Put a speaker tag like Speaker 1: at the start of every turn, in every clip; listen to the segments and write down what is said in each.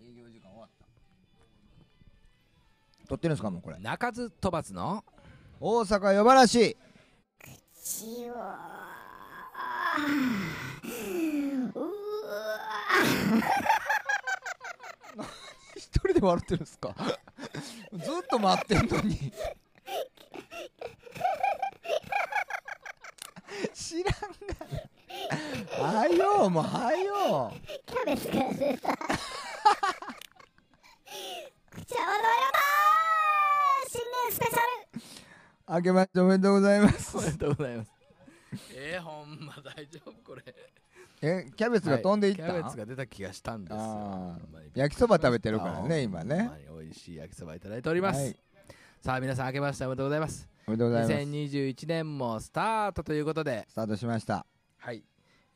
Speaker 1: 営業時間終わった撮ってるんですかもうこれ
Speaker 2: 鳴かず飛ばずの
Speaker 1: 大阪夜話
Speaker 3: 口をう
Speaker 1: 一人で笑ってるんですか ずっと待ってんのに 知らんがなはよもうはよ
Speaker 3: キャベツから出た 口をのよだ新年スペシャル
Speaker 1: 明けましておめでとうございます
Speaker 2: おめでとうございますえー、ほんま大丈夫これ
Speaker 1: えキャベツが飛んでいったん、
Speaker 2: はいキャベツが出た気がしたんですよ
Speaker 1: あー
Speaker 2: ほんまに
Speaker 1: 焼きそば食べてるからね今ね
Speaker 2: ほんまに美味しい焼きそばいただいております、
Speaker 1: はい
Speaker 2: さあ皆さん明けましておめでとうございます
Speaker 1: おめでとうございます
Speaker 2: 2021年もスタートということで
Speaker 1: スタートしました
Speaker 2: はい、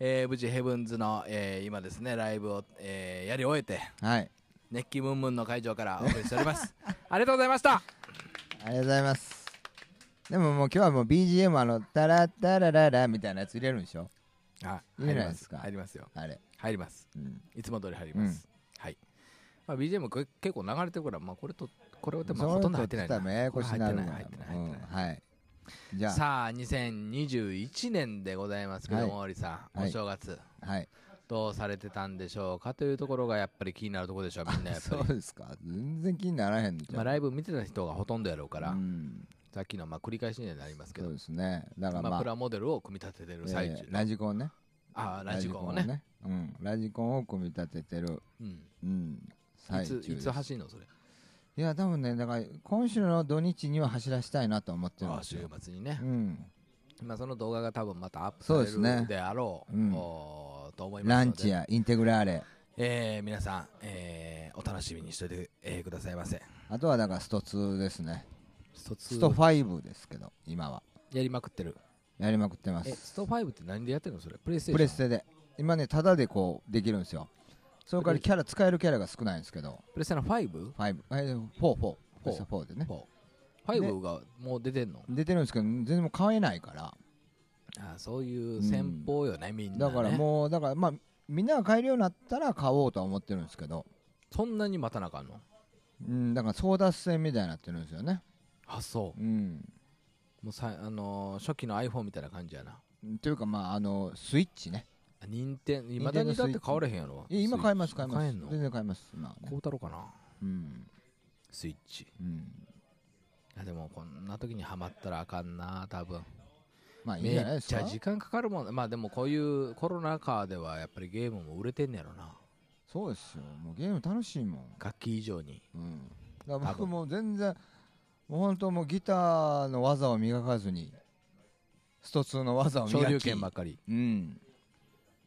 Speaker 2: えー無事ヘブンズの、えー今ですねライブを、えーやり終えて
Speaker 1: はい
Speaker 2: 熱気ムンムンの会場からお送りしております ありがとうございました
Speaker 1: ありがとうございますでももう今日はもう BGM あのタラッタラララみたいなやつ入れるんでしょ
Speaker 2: あ
Speaker 1: いいじゃないですか
Speaker 2: 入りますよ
Speaker 1: あれ
Speaker 2: 入ります
Speaker 1: うん
Speaker 2: いつも通り入ります、はい、まあ、BGM これ結構流れてるから、まあ、これとこれはでもほとんど入ってない
Speaker 1: そう
Speaker 2: な
Speaker 1: うの撮ってたらややこしになるわ
Speaker 2: これ入ってない入ってない入ってない
Speaker 1: うんはいじゃ
Speaker 2: さあ2021年でございますけども、王林さん
Speaker 1: は
Speaker 2: お
Speaker 1: い
Speaker 2: 正月、
Speaker 1: あはい
Speaker 2: どうされてたんでしょうかというところがやっぱり気になるところでしょうみんなやっぱ
Speaker 1: そう
Speaker 2: り、
Speaker 1: ですか全然気にならへんじゃん
Speaker 2: まあ、ライブ見てた人がほとんどやろうから、
Speaker 1: うん
Speaker 2: さっきのまあ繰り返しにはなりますけ
Speaker 1: そ
Speaker 2: ど
Speaker 1: うですねだから
Speaker 2: まあ
Speaker 1: まあ
Speaker 2: プラモデルを組み立ててる最中、
Speaker 1: えーラジコンね
Speaker 2: ああラジコンをね
Speaker 1: ラコンをねうんラジコンを組み立ててる
Speaker 2: うん
Speaker 1: うん
Speaker 2: い
Speaker 1: 最中
Speaker 2: つ
Speaker 1: です
Speaker 2: いつ走るのそれ
Speaker 1: いや多分ねだから今週の土日には走らしたいなと思ってるん
Speaker 2: あ
Speaker 1: で
Speaker 2: あ
Speaker 1: す
Speaker 2: 週
Speaker 1: よ
Speaker 2: 末にね
Speaker 1: う、ん
Speaker 2: まあ、その動画が多分またアップ
Speaker 1: そうで
Speaker 2: さ
Speaker 1: すね
Speaker 2: れるであろう
Speaker 1: うん
Speaker 2: おーと思いま
Speaker 1: ラ
Speaker 2: す
Speaker 1: ン
Speaker 2: の
Speaker 1: チ
Speaker 2: で、
Speaker 1: やインテグラーレ
Speaker 2: えー皆さん、えーお楽しみにしておいて、えーくださいませ
Speaker 1: あとはだからスト2ですね
Speaker 2: スト
Speaker 1: ス
Speaker 2: 2
Speaker 1: ト5ですけど今は
Speaker 2: やりまくってる
Speaker 1: やりまくってま
Speaker 2: え
Speaker 1: す
Speaker 2: スト5って何でやってるのそれプレイステーション
Speaker 1: プレステで今ねタダでこうできるんですよそれからキャラ使えるキャラが少ないんですけど
Speaker 2: プレステの 5?5
Speaker 1: 5えー44プレステ4でね
Speaker 2: 5がもう出てんの
Speaker 1: 出てるんですけど全然もう買えないから
Speaker 2: ああそういう戦法よね、みんな、
Speaker 1: だ
Speaker 2: ね、
Speaker 1: からもうだからまあみんなが買えるようになったら買おうとは思ってるんですけど
Speaker 2: そんなに待たなあかんの
Speaker 1: うんだから争奪戦みたいになってるんですよね
Speaker 2: あそう
Speaker 1: うん
Speaker 2: もうさあのー初期の iPhone みたいな感じやな
Speaker 1: というかまああのスイッチね
Speaker 2: あ任天いまだにだって買われへんやろ
Speaker 1: え今買えます
Speaker 2: スイ
Speaker 1: 買え
Speaker 2: ッチ
Speaker 1: ます
Speaker 2: 買えんの
Speaker 1: 全然買えます今はね
Speaker 2: こうたろうかな
Speaker 1: うん
Speaker 2: スイッチ
Speaker 1: うん
Speaker 2: あでもこんな時にはまったらあかんな多分
Speaker 1: まあいいん
Speaker 2: め
Speaker 1: じゃないで
Speaker 2: っ
Speaker 1: す
Speaker 2: ち
Speaker 1: か
Speaker 2: ゃ時間かかるもんまあでもこういうコロナ禍ではやっぱりゲームも売れてんねやろな
Speaker 1: そうですよもうゲーム楽しいもん
Speaker 2: 楽器以上に
Speaker 1: うん、だから僕
Speaker 2: 多分
Speaker 1: もう全然もう本当もうギターの技を磨かずにスト2の技を
Speaker 2: 昇
Speaker 1: 磨
Speaker 2: 竜
Speaker 1: き、
Speaker 2: 拳ばっかり
Speaker 1: うん、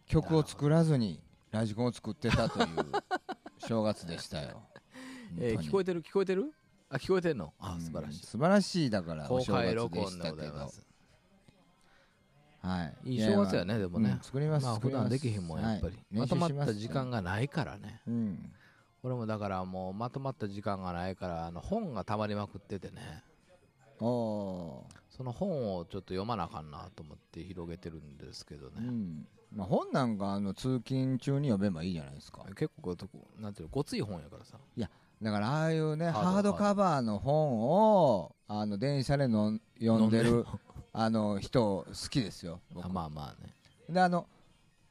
Speaker 1: 曲を作らずにラジコンを作ってたという正月でしたよ
Speaker 2: えー聞こえ
Speaker 1: て
Speaker 2: てる聞こえてるあ聞こえてんのあ素晴らしい
Speaker 1: 素晴らしいだからお
Speaker 2: 公
Speaker 1: 正
Speaker 2: 開
Speaker 1: 月
Speaker 2: 録
Speaker 1: でし
Speaker 2: 音で
Speaker 1: た
Speaker 2: ご
Speaker 1: け
Speaker 2: ざいま
Speaker 1: ど
Speaker 2: す
Speaker 1: はい
Speaker 2: いい正月やねでもね
Speaker 1: うん作ります
Speaker 2: まあ
Speaker 1: 作
Speaker 2: 普
Speaker 1: ります
Speaker 2: 段できへんもんやっぱり
Speaker 1: はい練習
Speaker 2: ま
Speaker 1: し
Speaker 2: とま
Speaker 1: ま
Speaker 2: っ
Speaker 1: す
Speaker 2: た時間がないからね
Speaker 1: うん
Speaker 2: 俺もだからもうまとまった時間がないからあの本がたまりまくっててね
Speaker 1: おー
Speaker 2: その本をちょっと読まなあかんなと思って広げてるんですけど
Speaker 1: う
Speaker 2: ね、
Speaker 1: んまあ、本なんかあの通勤中に読めばいいじゃないですか
Speaker 2: 結構とこなんていうのごつい本やからさ
Speaker 1: いやだからああいうね
Speaker 2: ハード
Speaker 1: ハードカバーの本をあの電車でのん読んで
Speaker 2: 飲ん
Speaker 1: るあの人好きですよ僕
Speaker 2: あまあまあね
Speaker 1: であの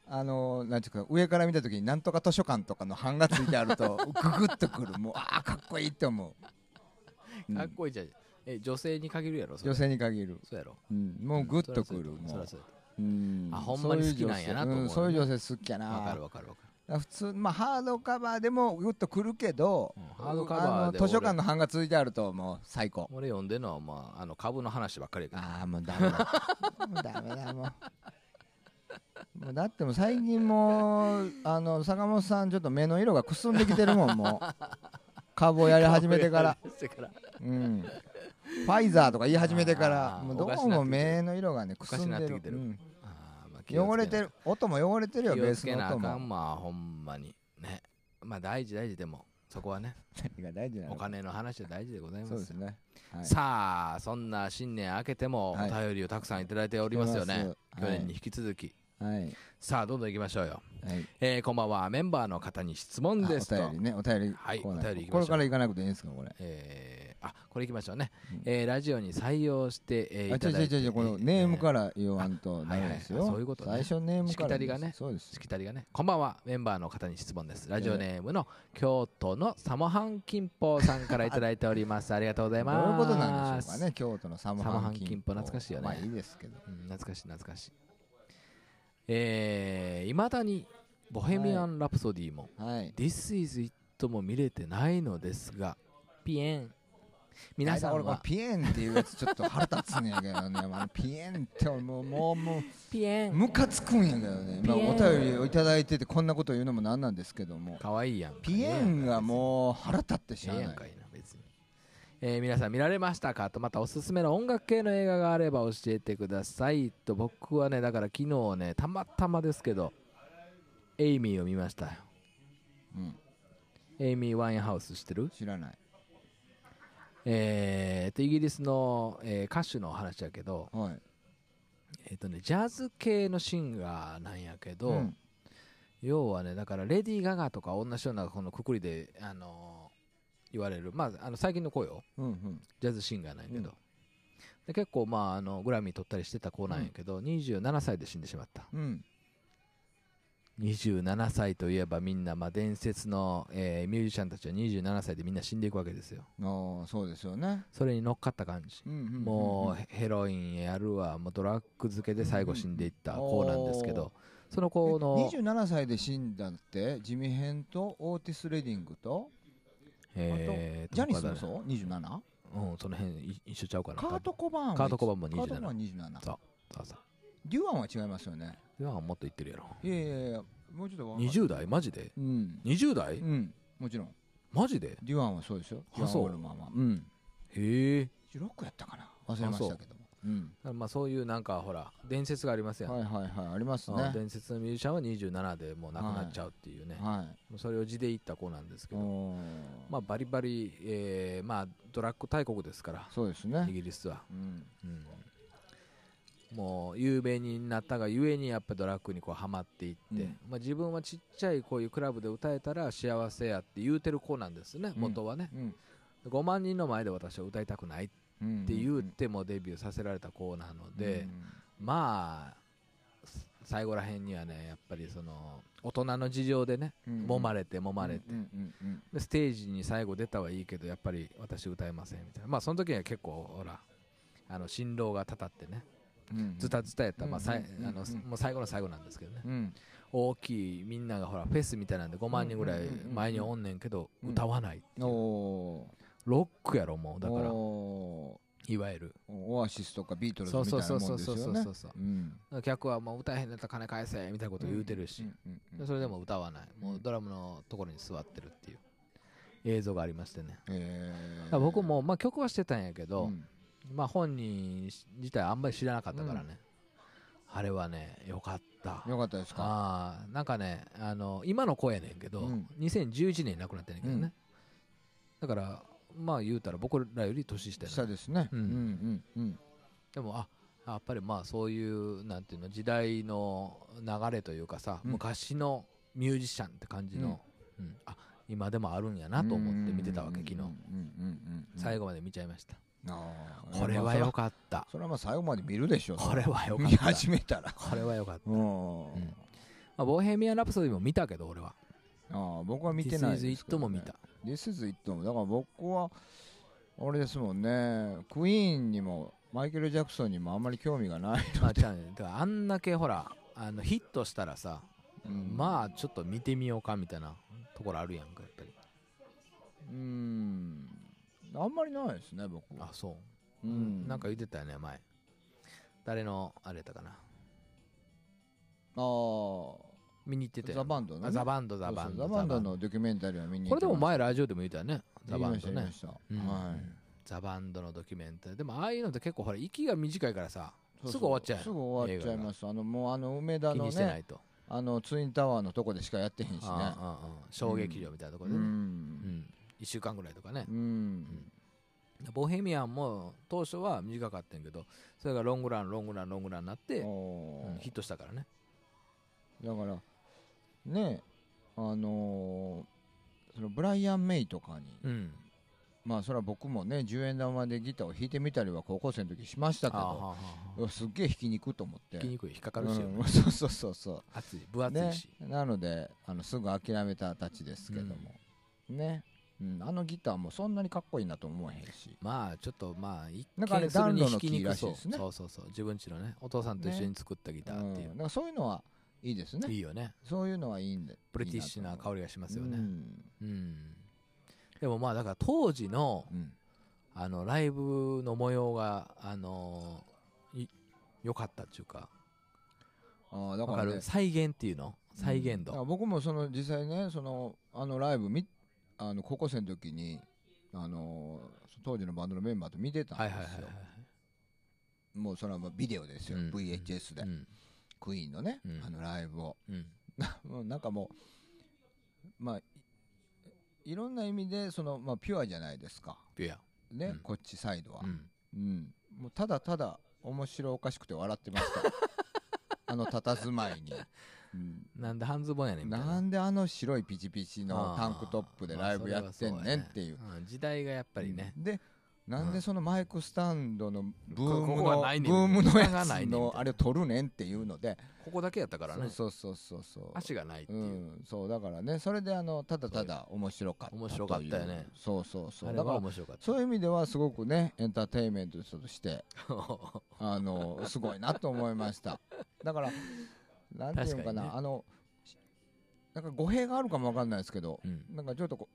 Speaker 1: あのなんていうか上から見た時になんとか図書館とかの版がついてある とググッとくるもうああかっこいいって思う、うん
Speaker 2: かっこいいじゃんえ女性に限るやろそれ
Speaker 1: 女性に限る、
Speaker 2: そうやろ
Speaker 1: うん、もうグッとくる
Speaker 2: うんそ
Speaker 1: も
Speaker 2: ら
Speaker 1: う
Speaker 2: そうやろ
Speaker 1: うん
Speaker 2: あほんまに好きなんやなと思うね
Speaker 1: そういう女性,、ん、そういう女性好きや
Speaker 2: そ
Speaker 1: な
Speaker 2: らそうやろわかるわかるわか
Speaker 1: だから普通、まあ、ハードカバーでもグッとくるけど、
Speaker 2: うんハードカバーで
Speaker 1: あの図書館の版がついてあるともう最高
Speaker 2: る俺読んでんのはまああの株の話ばっかりやけど
Speaker 1: ああ もうダメだもうダメだもうもうだってもう最近もうあの坂本さんちょっと目の色がくすんできてるもんもう株をやり始めて から、
Speaker 2: 株やり始めてから
Speaker 1: うん、ファイザーとか言い始めてから
Speaker 2: あー
Speaker 1: もうど
Speaker 2: おかし
Speaker 1: う
Speaker 2: なって
Speaker 1: も
Speaker 2: きてる
Speaker 1: 目の色がねくすん
Speaker 2: おかしな
Speaker 1: で
Speaker 2: って
Speaker 1: る
Speaker 2: きてる
Speaker 1: うん
Speaker 2: あーまあ気をつけな
Speaker 1: 汚れてる音も汚れてるよ
Speaker 2: 気
Speaker 1: ベ
Speaker 2: を
Speaker 1: ー
Speaker 2: つ
Speaker 1: ス
Speaker 2: けな
Speaker 1: の
Speaker 2: あ
Speaker 1: 音
Speaker 2: かん
Speaker 1: も
Speaker 2: まあほんまにねまあ大事大事でもそこはね
Speaker 1: 何が大事な
Speaker 2: お
Speaker 1: の
Speaker 2: 金の話は大事でござい ます
Speaker 1: そうですね、はい
Speaker 2: さあそんな新年明けてもお
Speaker 1: はい
Speaker 2: 便りをたくさんいただいておりますよね、
Speaker 1: 来てます
Speaker 2: 去年に引き続き、
Speaker 1: はい、
Speaker 2: さあどんどん行きましょうよ
Speaker 1: はい
Speaker 2: えーこんばんはメンバーの方に質問ですと
Speaker 1: あお便りねお便り
Speaker 2: はい
Speaker 1: コーナー
Speaker 2: お便り行きましょ
Speaker 1: こ
Speaker 2: う
Speaker 1: れから行かなくていいんですかこれ
Speaker 2: えーあこれいきましょうね、
Speaker 1: うん
Speaker 2: えーラジオに採用して、えー
Speaker 1: あ
Speaker 2: い
Speaker 1: 違
Speaker 2: た
Speaker 1: う
Speaker 2: だ
Speaker 1: 違う
Speaker 2: いて
Speaker 1: 違うこのネーム
Speaker 2: ら、
Speaker 1: から言わんとダメです
Speaker 2: あ
Speaker 1: よ
Speaker 2: はいはいあそういうことね
Speaker 1: 最初ネームから
Speaker 2: しきたりがね
Speaker 1: そうです
Speaker 2: えーしきたりがねこんばんはメンバーの方に質問ですラジオネームの京都のサモハンキンポさんからいただいております ありがとうござい
Speaker 1: どう
Speaker 2: ます
Speaker 1: いうことなんでしょうかね京都のサモハンキンポ
Speaker 2: サモハンキンポ懐かしいよね
Speaker 1: まあいいですけど
Speaker 2: うん懐かしい懐かしいえー、いまだに「ボヘミアン・ラプソディ」も
Speaker 1: はい
Speaker 2: 「This is It」も見れてないのですがピエン皆さ
Speaker 1: あ
Speaker 2: ん
Speaker 1: れ俺この
Speaker 2: は
Speaker 1: ピエンっていうやつちょっと腹立つんやけどねまあピエンって俺もうもうも
Speaker 2: ピエ
Speaker 1: う
Speaker 2: ン
Speaker 1: ムカつくんやけどね、まあ、
Speaker 2: ピエン
Speaker 1: お便りをいただいててこんなこと言うのもなんなんですけども
Speaker 2: かわいいやん
Speaker 1: ピエンがもう腹立って
Speaker 2: え
Speaker 1: しゃあ
Speaker 2: え
Speaker 1: な
Speaker 2: やん
Speaker 1: い
Speaker 2: かいな別に、えー皆さん見られましたかとまたおすすめの音楽系の映画があれば教えてくださいと僕はねだから昨日ねたまたまですけどエイミーを見ましたよ
Speaker 1: うん、
Speaker 2: エイミー・ワインハウス知ってる
Speaker 1: 知らない
Speaker 2: えー、とイギリスの、えー歌手の話やけど、
Speaker 1: はい
Speaker 2: えーとね、ジャズ系のシンガーなんやけど、
Speaker 1: うん
Speaker 2: 要はねだからレディー・ガガとか同じようなこのくくりで、あのー言われる、まあ、あの最近の子よ、
Speaker 1: うんうん
Speaker 2: ジャズシンガーなんやけど、
Speaker 1: うん
Speaker 2: で結構、まあ、あのグラミー取ったりしてた子なんやけど、27歳で死んでしまった
Speaker 1: うん
Speaker 2: 27歳といえばみんな、まあ、伝説の、えーミュージシャンたちは27歳でみんな死んでいくわけですよ
Speaker 1: ああそうですよね、
Speaker 2: それに乗っかった感じ、
Speaker 1: うんうんうんうん
Speaker 2: もうヘロインやるわもうドラッグ漬けで最後死んでいった子なんですけど、
Speaker 1: うんうん
Speaker 2: その子の
Speaker 1: え、27歳で死んだってジミヘンとオーティス・レディングと
Speaker 2: えー
Speaker 1: ジャニス
Speaker 2: と
Speaker 1: も
Speaker 2: かだ
Speaker 1: そ
Speaker 2: ね
Speaker 1: う 27?
Speaker 2: うん、その辺い一緒ちゃうかな
Speaker 1: カート・コバーンはいつ
Speaker 2: カートコバーンも27
Speaker 1: カートコバーン27
Speaker 2: そうそうそう
Speaker 1: デュアンは違いますよね
Speaker 2: ではもっと言ってるやろ
Speaker 1: いやいやいやもうちょっと若い
Speaker 2: 20代マジで
Speaker 1: うん、
Speaker 2: 20代
Speaker 1: うん、もちろん
Speaker 2: マジで
Speaker 1: デュアンはそうですよデ
Speaker 2: あそう
Speaker 1: ュアンオールマンはうん
Speaker 2: へえ
Speaker 1: 16やったかな忘れましたけどもうん
Speaker 2: だからまあそういうなんかほら伝説がありますやん、
Speaker 1: はいはいはいあります
Speaker 2: そ
Speaker 1: ね
Speaker 2: の伝説のミュージシャンは27でもう亡くなっちゃうっていうね、
Speaker 1: は
Speaker 2: もうそれを地で行った子なんです
Speaker 1: い
Speaker 2: けど、
Speaker 1: お
Speaker 2: まあ、バリバリ、えーまあ、ドラッグ大国ですから
Speaker 1: あそうです
Speaker 2: イ
Speaker 1: ね
Speaker 2: ギリスは、
Speaker 1: うん
Speaker 2: うんもう有名になったがゆえにやっぱドラッグにこうハマっていって、
Speaker 1: うん
Speaker 2: まあ、自分はちっちゃいこういうクラブで歌えたら幸せやって言うてる子なんですね
Speaker 1: うん
Speaker 2: 元はね、
Speaker 1: うん
Speaker 2: 5万人の前で私は歌いたくないっ
Speaker 1: うん
Speaker 2: て言うてもデビューさせられた子なので、まあす最後らへんにはねやっぱりその大人の事情でね揉ま
Speaker 1: れ
Speaker 2: れて揉まれて、
Speaker 1: うんうんうん
Speaker 2: でステージに最後出たはいいけどやっぱり私歌えませんみたいなまあその時には結構ほらあの新郎がたたってね
Speaker 1: うんうん
Speaker 2: ズタズタやったらまあさい
Speaker 1: うんうんうん
Speaker 2: あの
Speaker 1: うん
Speaker 2: もう最後の最後なんですけどね
Speaker 1: うん
Speaker 2: 大きいみんながほらフェスみたいなんで5万人ぐらい前におんねんけど
Speaker 1: うん
Speaker 2: 歌わないってい
Speaker 1: お
Speaker 2: う
Speaker 1: お
Speaker 2: ロックやろもうだから
Speaker 1: お
Speaker 2: いわゆる
Speaker 1: ーオアシスとかビートルズ
Speaker 2: そう
Speaker 1: み
Speaker 2: そ
Speaker 1: たいう
Speaker 2: そ
Speaker 1: な
Speaker 2: う
Speaker 1: も
Speaker 2: そ
Speaker 1: ん
Speaker 2: う
Speaker 1: ですよ
Speaker 2: そうそう
Speaker 1: ね
Speaker 2: そうそう
Speaker 1: うん
Speaker 2: 客はもう歌えへんだったら金返せみたいなこと言うてるし、
Speaker 1: うんうんう
Speaker 2: で
Speaker 1: ん
Speaker 2: それでも歌わない、もうんうドラムのところに座ってるっていう映像がありましてね、
Speaker 1: えー
Speaker 2: だから僕も、まあ、曲はしてたんやけど、
Speaker 1: うん
Speaker 2: まあ、本人自体あんまり知らなかったからね、あれはねよかった
Speaker 1: よかったですか
Speaker 2: あーなんかねあの今の声やねんけど、
Speaker 1: うん
Speaker 2: 2011年に亡くなってんねんけどね、だからまあ言うたら僕らより年下や
Speaker 1: 下
Speaker 2: な
Speaker 1: ですね
Speaker 2: う
Speaker 1: うんんうんうん
Speaker 2: でもあやっぱりまあそういうなんていうの時代の流れというかさ、
Speaker 1: うん
Speaker 2: 昔のミュージシャンって感じの、うんあ今でもあるんやなと思って見てたわけ昨日最
Speaker 1: 後
Speaker 2: 後まで見ちゃいました、これはよかった
Speaker 1: それはまあ最後まで見るでしょ
Speaker 2: これはよかっ
Speaker 1: 見
Speaker 2: た
Speaker 1: 始めたら
Speaker 2: これはよかった、
Speaker 1: うん
Speaker 2: うんまあ、ボヘミアン・ラプソディも見たけど俺は
Speaker 1: ああ僕は見てない
Speaker 2: This is
Speaker 1: ですけ
Speaker 2: It
Speaker 1: どね
Speaker 2: も見た
Speaker 1: This is It もだから僕はあれですもんねクイーンにもマイケル・ジャクソンにもあんまり興味がない
Speaker 2: まあじゃあねだからあんだけほらあのヒットしたらさ、
Speaker 1: うん
Speaker 2: まあちょっと見てみようかみたいなところあるやんかやっぱり
Speaker 1: うんあんまりないですね僕
Speaker 2: あ
Speaker 1: は
Speaker 2: そううなん
Speaker 1: か
Speaker 2: か言ってたよね前誰のあれやったかな
Speaker 1: ああ
Speaker 2: 見に行ってたよ
Speaker 1: ザ・バンドの
Speaker 2: あ
Speaker 1: ね
Speaker 2: ザ・バンドザ・バンド
Speaker 1: そうそうザ・バンドのドキュメンタリーは見に行
Speaker 2: これ
Speaker 1: き
Speaker 2: で
Speaker 1: ま
Speaker 2: も
Speaker 1: した
Speaker 2: 前ラジオでも言ったよねザ・バンド
Speaker 1: 言い
Speaker 2: ね
Speaker 1: ました
Speaker 2: う
Speaker 1: 言い
Speaker 2: ん
Speaker 1: ましたはい
Speaker 2: ザ・バンドのドキュメンタリーでもああいうのって結構ほら息が短いからさすぐ終わっちゃうやん
Speaker 1: すぐ終わっちゃいますあのもうあの梅田
Speaker 2: 気
Speaker 1: の
Speaker 2: にしてな
Speaker 1: ね
Speaker 2: いと
Speaker 1: あのツインタワーのとこでしかやってへんしね
Speaker 2: ああああああ小劇場みたいなとこ
Speaker 1: う
Speaker 2: ろでね、うん
Speaker 1: ん
Speaker 2: 1週間ぐらいとかね
Speaker 1: う、ん
Speaker 2: ボヘミアンも当初は短かったんやけどそれがロングランロングランロングランになって、
Speaker 1: お
Speaker 2: うん
Speaker 1: ー
Speaker 2: ヒットしたからね
Speaker 1: だからねあのーそのブライアン・メイとかに
Speaker 2: うん
Speaker 1: まあそれは僕もね10円玉でギターを弾いてみたりは高校生の時しましたけ
Speaker 2: あーはー
Speaker 1: ど
Speaker 2: はー
Speaker 1: う
Speaker 2: は
Speaker 1: わすっげえ弾きにくいと思って
Speaker 2: ー筋肉引っかかるし、
Speaker 1: うん そうそうそうそ
Speaker 2: 熱い分
Speaker 1: う、
Speaker 2: 厚
Speaker 1: ね
Speaker 2: いし、、
Speaker 1: なのであのすぐ諦めたたちですけども、ね、うん、あのギターもそんなにかっこいいなと思わへんし
Speaker 2: まあちょっとまあ一
Speaker 1: なんかあれ
Speaker 2: 見するに
Speaker 1: 暖炉
Speaker 2: 弾き
Speaker 1: の
Speaker 2: に
Speaker 1: 木
Speaker 2: く
Speaker 1: らしい
Speaker 2: そう
Speaker 1: ですね
Speaker 2: そうそうそう自分ちのねお父さんと一緒に作ったギターっていう
Speaker 1: うん、だからそういうのはいいですね
Speaker 2: いいよね
Speaker 1: そういうのはいいんで
Speaker 2: ブリティッシュな香りがしますよね
Speaker 1: うん
Speaker 2: うん、でもまあだから当時の
Speaker 1: うん
Speaker 2: あのライブの模様があのーい良かったっていうか
Speaker 1: ああだ
Speaker 2: わ
Speaker 1: か、
Speaker 2: から
Speaker 1: ね、
Speaker 2: る再現っていうの再現
Speaker 1: だから
Speaker 2: 度、
Speaker 1: 僕もその実際ねそのあのライブみあの高校生の時にあの当時のバンドのメンバーと見てたん
Speaker 2: はい
Speaker 1: です
Speaker 2: はい
Speaker 1: よ、
Speaker 2: はいはい
Speaker 1: もうそれはもうビデオですよ、
Speaker 2: うん
Speaker 1: VHS で、
Speaker 2: うん
Speaker 1: クイーンのね、
Speaker 2: うん
Speaker 1: あのライブを
Speaker 2: うん
Speaker 1: もうなんかもうまあいいろんな意味でその、まあ、ピュアじゃないですか
Speaker 2: ビュア
Speaker 1: ね、
Speaker 2: うん
Speaker 1: こっちサイドは、
Speaker 2: うん
Speaker 1: うん、もうただただ面白おかしくて笑ってました あの佇まいに、うん
Speaker 2: なんで半ズボンやねんみたいな
Speaker 1: なんであの白いピチピチのタンクトップでライブやってんねんっていう,、
Speaker 2: まあそれはそやねん時代がやっぱりね、
Speaker 1: でなんでそのマイクスタンドのブー
Speaker 2: こ
Speaker 1: ム
Speaker 2: こが
Speaker 1: の
Speaker 2: ないねん
Speaker 1: ブームの
Speaker 2: 下が
Speaker 1: や
Speaker 2: ない
Speaker 1: つ
Speaker 2: ねんみたい
Speaker 1: の
Speaker 2: な
Speaker 1: あれを取るねんっていうので
Speaker 2: ここだけやったからね
Speaker 1: そうそうそうそうそう
Speaker 2: 足がないっていうう、
Speaker 1: ん、そうだからねそれであのただただ面白かった
Speaker 2: 面白かったよ
Speaker 1: とい
Speaker 2: ね
Speaker 1: うそうそうそ
Speaker 2: あ
Speaker 1: う
Speaker 2: れ
Speaker 1: だか
Speaker 2: は
Speaker 1: ら
Speaker 2: 面白かった
Speaker 1: そういう意味ではすごくねエンターテインメントとしてあ のすごいなと思いましただからなんていうの
Speaker 2: 確
Speaker 1: か
Speaker 2: か
Speaker 1: な
Speaker 2: にね
Speaker 1: あのしなんか語弊があるかもわかんないですけど
Speaker 2: うん
Speaker 1: なんかちょっとこ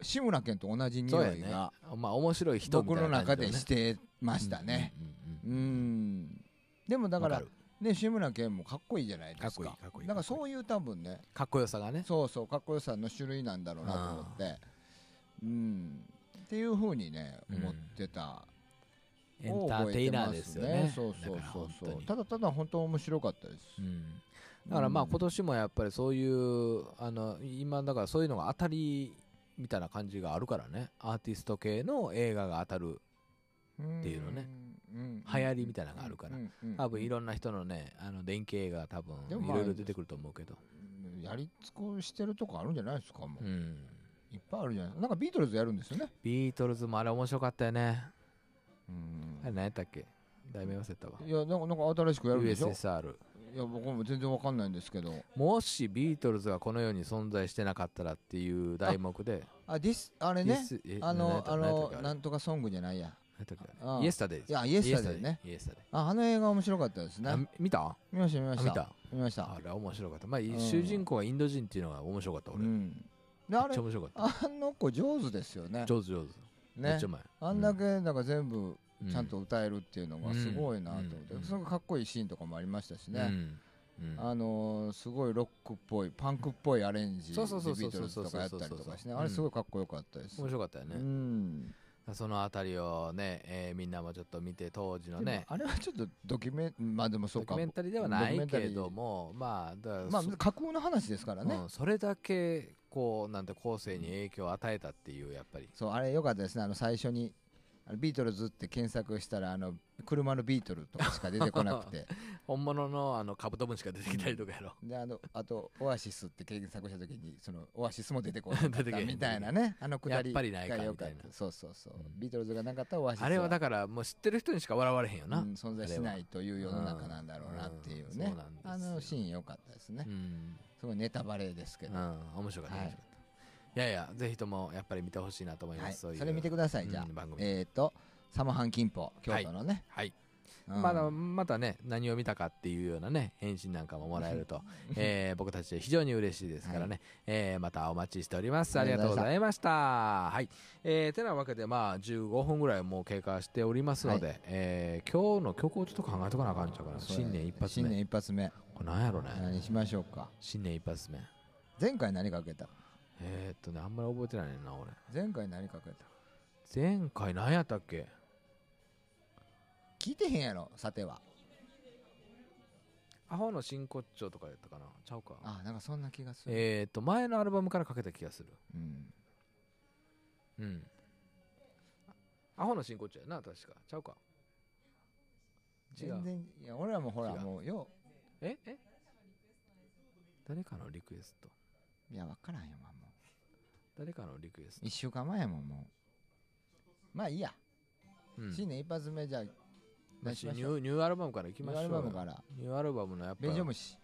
Speaker 1: う志村けんと同じ
Speaker 2: そ
Speaker 1: 匂
Speaker 2: うや
Speaker 1: い
Speaker 2: ね
Speaker 1: が
Speaker 2: まあ面白い人み
Speaker 1: 僕
Speaker 2: たい
Speaker 1: の
Speaker 2: な
Speaker 1: 中
Speaker 2: 感じ
Speaker 1: で
Speaker 2: ね
Speaker 1: してましたね
Speaker 2: う
Speaker 1: うんん
Speaker 2: うんうんうん
Speaker 1: でもだか
Speaker 2: わ
Speaker 1: ら
Speaker 2: る
Speaker 1: ね志村けんもかっこいいじゃないですか
Speaker 2: かっこいいかっこいい
Speaker 1: なんかそういう多分ね
Speaker 2: かっこよさがね
Speaker 1: そうそうかっこよさの種類なんだろうなと思ってうんっていうふうにね
Speaker 2: うん
Speaker 1: 思ってた
Speaker 2: エンターテイナーですよね
Speaker 1: そうそう
Speaker 2: だから
Speaker 1: そう
Speaker 2: 本
Speaker 1: そ
Speaker 2: 当
Speaker 1: う
Speaker 2: に
Speaker 1: ただただ本当面白かったです、
Speaker 2: うんだからまあ
Speaker 1: うん
Speaker 2: 今年もやっぱりそういうあの今だからそういうのが当たりみたいな感じがあるからねアーティスト系の映画が当たるっていうのね
Speaker 1: うん、うん
Speaker 2: 流行りみたいなのがあるから
Speaker 1: うんうんうん
Speaker 2: 多分いろんな人のねあの電気映画多分
Speaker 1: でも
Speaker 2: い
Speaker 1: まあ
Speaker 2: ろいろ出てくると思うけど、
Speaker 1: やり尽くしてるとこあるんじゃないですかもう、
Speaker 2: うん、
Speaker 1: いっぱいあるじゃないなんかビートルズやるんですよね、
Speaker 2: ビートルズもあれ面白かったよね
Speaker 1: うん
Speaker 2: あれ何やったっけ題名忘れたわ
Speaker 1: いやなんかなんか新しくやるんでしょ
Speaker 2: USSR
Speaker 1: いや僕も全然わかんないんですけど
Speaker 2: もしビートルズがこの世に存在してなかったらっていう題目で
Speaker 1: あディスあれね
Speaker 2: Yes- え
Speaker 1: あ
Speaker 2: 何やっ
Speaker 1: の
Speaker 2: た
Speaker 1: あの
Speaker 2: 何や
Speaker 1: な
Speaker 2: ったっ
Speaker 1: んとかソングじゃないや
Speaker 2: けあれ
Speaker 1: ああ
Speaker 2: イエスタデイ
Speaker 1: いやイエスタデイね
Speaker 2: イエスタデイ
Speaker 1: ああの映画面白かったです
Speaker 2: あ
Speaker 1: ね
Speaker 2: 見た
Speaker 1: 見ました見ま
Speaker 2: あ
Speaker 1: し
Speaker 2: 見
Speaker 1: た
Speaker 2: た
Speaker 1: 見ました
Speaker 2: あれは面白かったまあ
Speaker 1: ん
Speaker 2: 主人公がインド人っていうのが面白かった
Speaker 1: う
Speaker 2: 俺めっ
Speaker 1: んであれ
Speaker 2: ちゃ面白かっ
Speaker 1: あの子上手ですよね
Speaker 2: た上手上手め
Speaker 1: ね
Speaker 2: っちゃうまい
Speaker 1: あんだけなんか全部
Speaker 2: う
Speaker 1: ちゃんと歌えるっていうのがすごいなと思って、
Speaker 2: うん
Speaker 1: すごいかっこいいシーンとかもありましたし
Speaker 2: う
Speaker 1: ね、
Speaker 2: んうん
Speaker 1: あのーすごいロックっぽいパンクっぽいアレンジでビ
Speaker 2: そうそうそう
Speaker 1: ート
Speaker 2: そう
Speaker 1: ルズとかやったりとかしてね
Speaker 2: うん
Speaker 1: あれすごいかっこよかったです、
Speaker 2: 面白かったよ
Speaker 1: う
Speaker 2: ね
Speaker 1: ん
Speaker 2: そのあたりをねえーみんなもちょっと見て当時の
Speaker 1: でも
Speaker 2: ね
Speaker 1: あれはちょっとドキュメンまあでもそ
Speaker 2: ド
Speaker 1: う
Speaker 2: キ
Speaker 1: か
Speaker 2: ュメンタリーではないけどもまあだから
Speaker 1: まあ
Speaker 2: そ
Speaker 1: 架空の話ですからね、
Speaker 2: うん、それだけこうなんて後世に影響を与えたっていうやっぱり
Speaker 1: そうあれよかったですねあの最初にあのビートルズって検索したらあの車のビートルとかしか出てこなく て
Speaker 2: 本物のあのカブトムシが出てきたりとかやろ、
Speaker 1: であのあとオアシスって検索した時にそのオアシスも出てこなかっ
Speaker 2: 出てけ
Speaker 1: た
Speaker 2: へん
Speaker 1: みたいなねあのくだり
Speaker 2: やっぱりないか
Speaker 1: が良
Speaker 2: みたいな
Speaker 1: そうそうそう、
Speaker 2: うん
Speaker 1: ビートルズがなかったらオアシス
Speaker 2: あれはだからもう知ってる人にしか笑われへんよな、う
Speaker 1: うんん存在しないという世の中なんだろうなっていうね、
Speaker 2: うんうんそうな
Speaker 1: あ
Speaker 2: んですよ
Speaker 1: のシーン良かったですね、すごいネタバレですけど、
Speaker 2: うん面白かった、
Speaker 1: はい
Speaker 2: 面白かったいやいやぜひともやっぱり見てほしいなと思います、
Speaker 1: はい、そう
Speaker 2: そいう
Speaker 1: れ見てくださいじゃあ、
Speaker 2: うん番組
Speaker 1: えっ、とサモハン金峰京都のね、
Speaker 2: はい、
Speaker 1: うん
Speaker 2: まだまたね何を見たかっていうようなね返信なんかももらえる と、えー僕たち非常に嬉しいですからね、
Speaker 1: は
Speaker 2: えーまたお待ちしておりますあ
Speaker 1: あ
Speaker 2: り
Speaker 1: り
Speaker 2: が
Speaker 1: が
Speaker 2: と
Speaker 1: と
Speaker 2: う
Speaker 1: う
Speaker 2: ご
Speaker 1: ご
Speaker 2: ざ
Speaker 1: ざ
Speaker 2: いましたはいえー、てなわけでまあ15分ぐらいもう経過しておりますので、えー今日の曲をちょっと考えとかなあかんちゃうかな
Speaker 1: そうだ
Speaker 2: 新
Speaker 1: ね
Speaker 2: 年一発
Speaker 1: 新
Speaker 2: 目
Speaker 1: 年一発目
Speaker 2: これなんやろね、
Speaker 1: 何しましょうか
Speaker 2: 新年一発目
Speaker 1: 前回何かけた
Speaker 2: えー、っとねあんまり覚えてないねんな俺
Speaker 1: 前回何かけた
Speaker 2: 前回何やったっけ
Speaker 1: 聞いてへんやろさては
Speaker 2: アホの真骨頂とかやったかなちゃうか
Speaker 1: あなんかそんな気がする、
Speaker 2: えー、っと前のアルバムからかけた気がする
Speaker 1: うん
Speaker 2: うん。アホの真骨頂やな、確か。ちゃうか。違
Speaker 1: 全
Speaker 2: う。
Speaker 1: 然いや俺らもほら
Speaker 2: 違う
Speaker 1: もうよ
Speaker 2: ええ
Speaker 1: う
Speaker 2: 誰かのリクエスト
Speaker 1: いや分からんよもう
Speaker 2: 誰かのリクエスト
Speaker 1: 1週間前やもんもうまあいいや、
Speaker 2: うん
Speaker 1: 新年一発目じゃあ
Speaker 2: まあ
Speaker 1: 出し
Speaker 2: し
Speaker 1: ま
Speaker 2: ニ
Speaker 1: しょう
Speaker 2: ューニューアルバムからいきましょうよ
Speaker 1: ニューアルバムから
Speaker 2: ニューアルバムのやっぱ
Speaker 1: ベンジョムシ、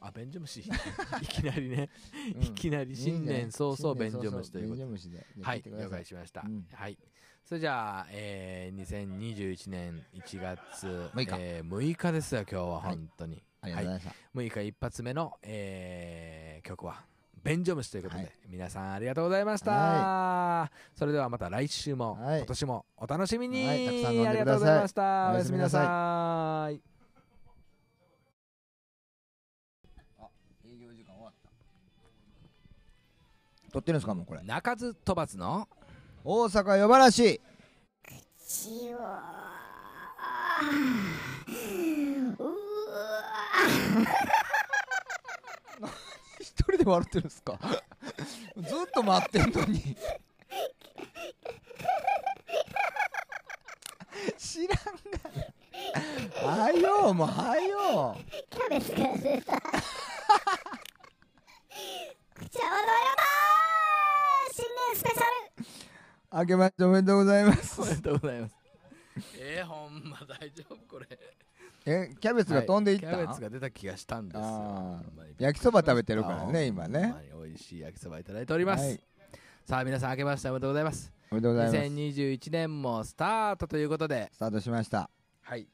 Speaker 2: あベンジョムシ いきなりね
Speaker 1: うん
Speaker 2: いきなり新年早々
Speaker 1: いいんじゃない
Speaker 2: 便所虫ということで
Speaker 1: 便所虫でじゃあ
Speaker 2: は
Speaker 1: 聞
Speaker 2: い
Speaker 1: てくだ
Speaker 2: 了
Speaker 1: さ
Speaker 2: 解しました、
Speaker 1: うん
Speaker 2: はいそれじゃあ、えー、2021年1月
Speaker 1: 6日
Speaker 2: えー6日ですよ今日は
Speaker 1: はい
Speaker 2: 本当に、
Speaker 1: ありがとうございました、
Speaker 2: 6日一発目の、えー曲は「ベンジョムシ」ということで、
Speaker 1: はい
Speaker 2: 皆さんありがとうございました、それではまた来週も、
Speaker 1: はい
Speaker 2: 今年もお楽しみに、
Speaker 1: はいたくさん飲んでください
Speaker 2: ありがとうございました
Speaker 1: お
Speaker 2: お
Speaker 1: や
Speaker 2: や
Speaker 1: す
Speaker 2: す
Speaker 1: み
Speaker 2: み
Speaker 1: な
Speaker 2: な
Speaker 1: さい
Speaker 2: さい
Speaker 1: 営業時間終わった撮ってるんですかもうこれ
Speaker 2: 鳴かず飛ば ずの
Speaker 1: 大阪夜話
Speaker 3: 血をあーうわ
Speaker 1: 一人で笑ってるん ですかずっと待ってんのに 知らんがなはよもうはよ
Speaker 3: キャベツが出た口を踊るよな新年スペシャル
Speaker 1: 明けましておめでとうございます
Speaker 2: おめでとうございますえー、ほんま大丈夫これ
Speaker 1: えキャベツが飛んでいった、
Speaker 2: はいキャベツが出た気がしたんですよ
Speaker 1: あー
Speaker 2: ほんまに
Speaker 1: 焼きそば食べてるからね今ね
Speaker 2: ほんまに美味しい焼きそばいただいております、
Speaker 1: はい
Speaker 2: さあ皆さん明けましておめでとうございます
Speaker 1: おめでとうございます
Speaker 2: 2021年もスタートということで
Speaker 1: スタートしました
Speaker 2: はい、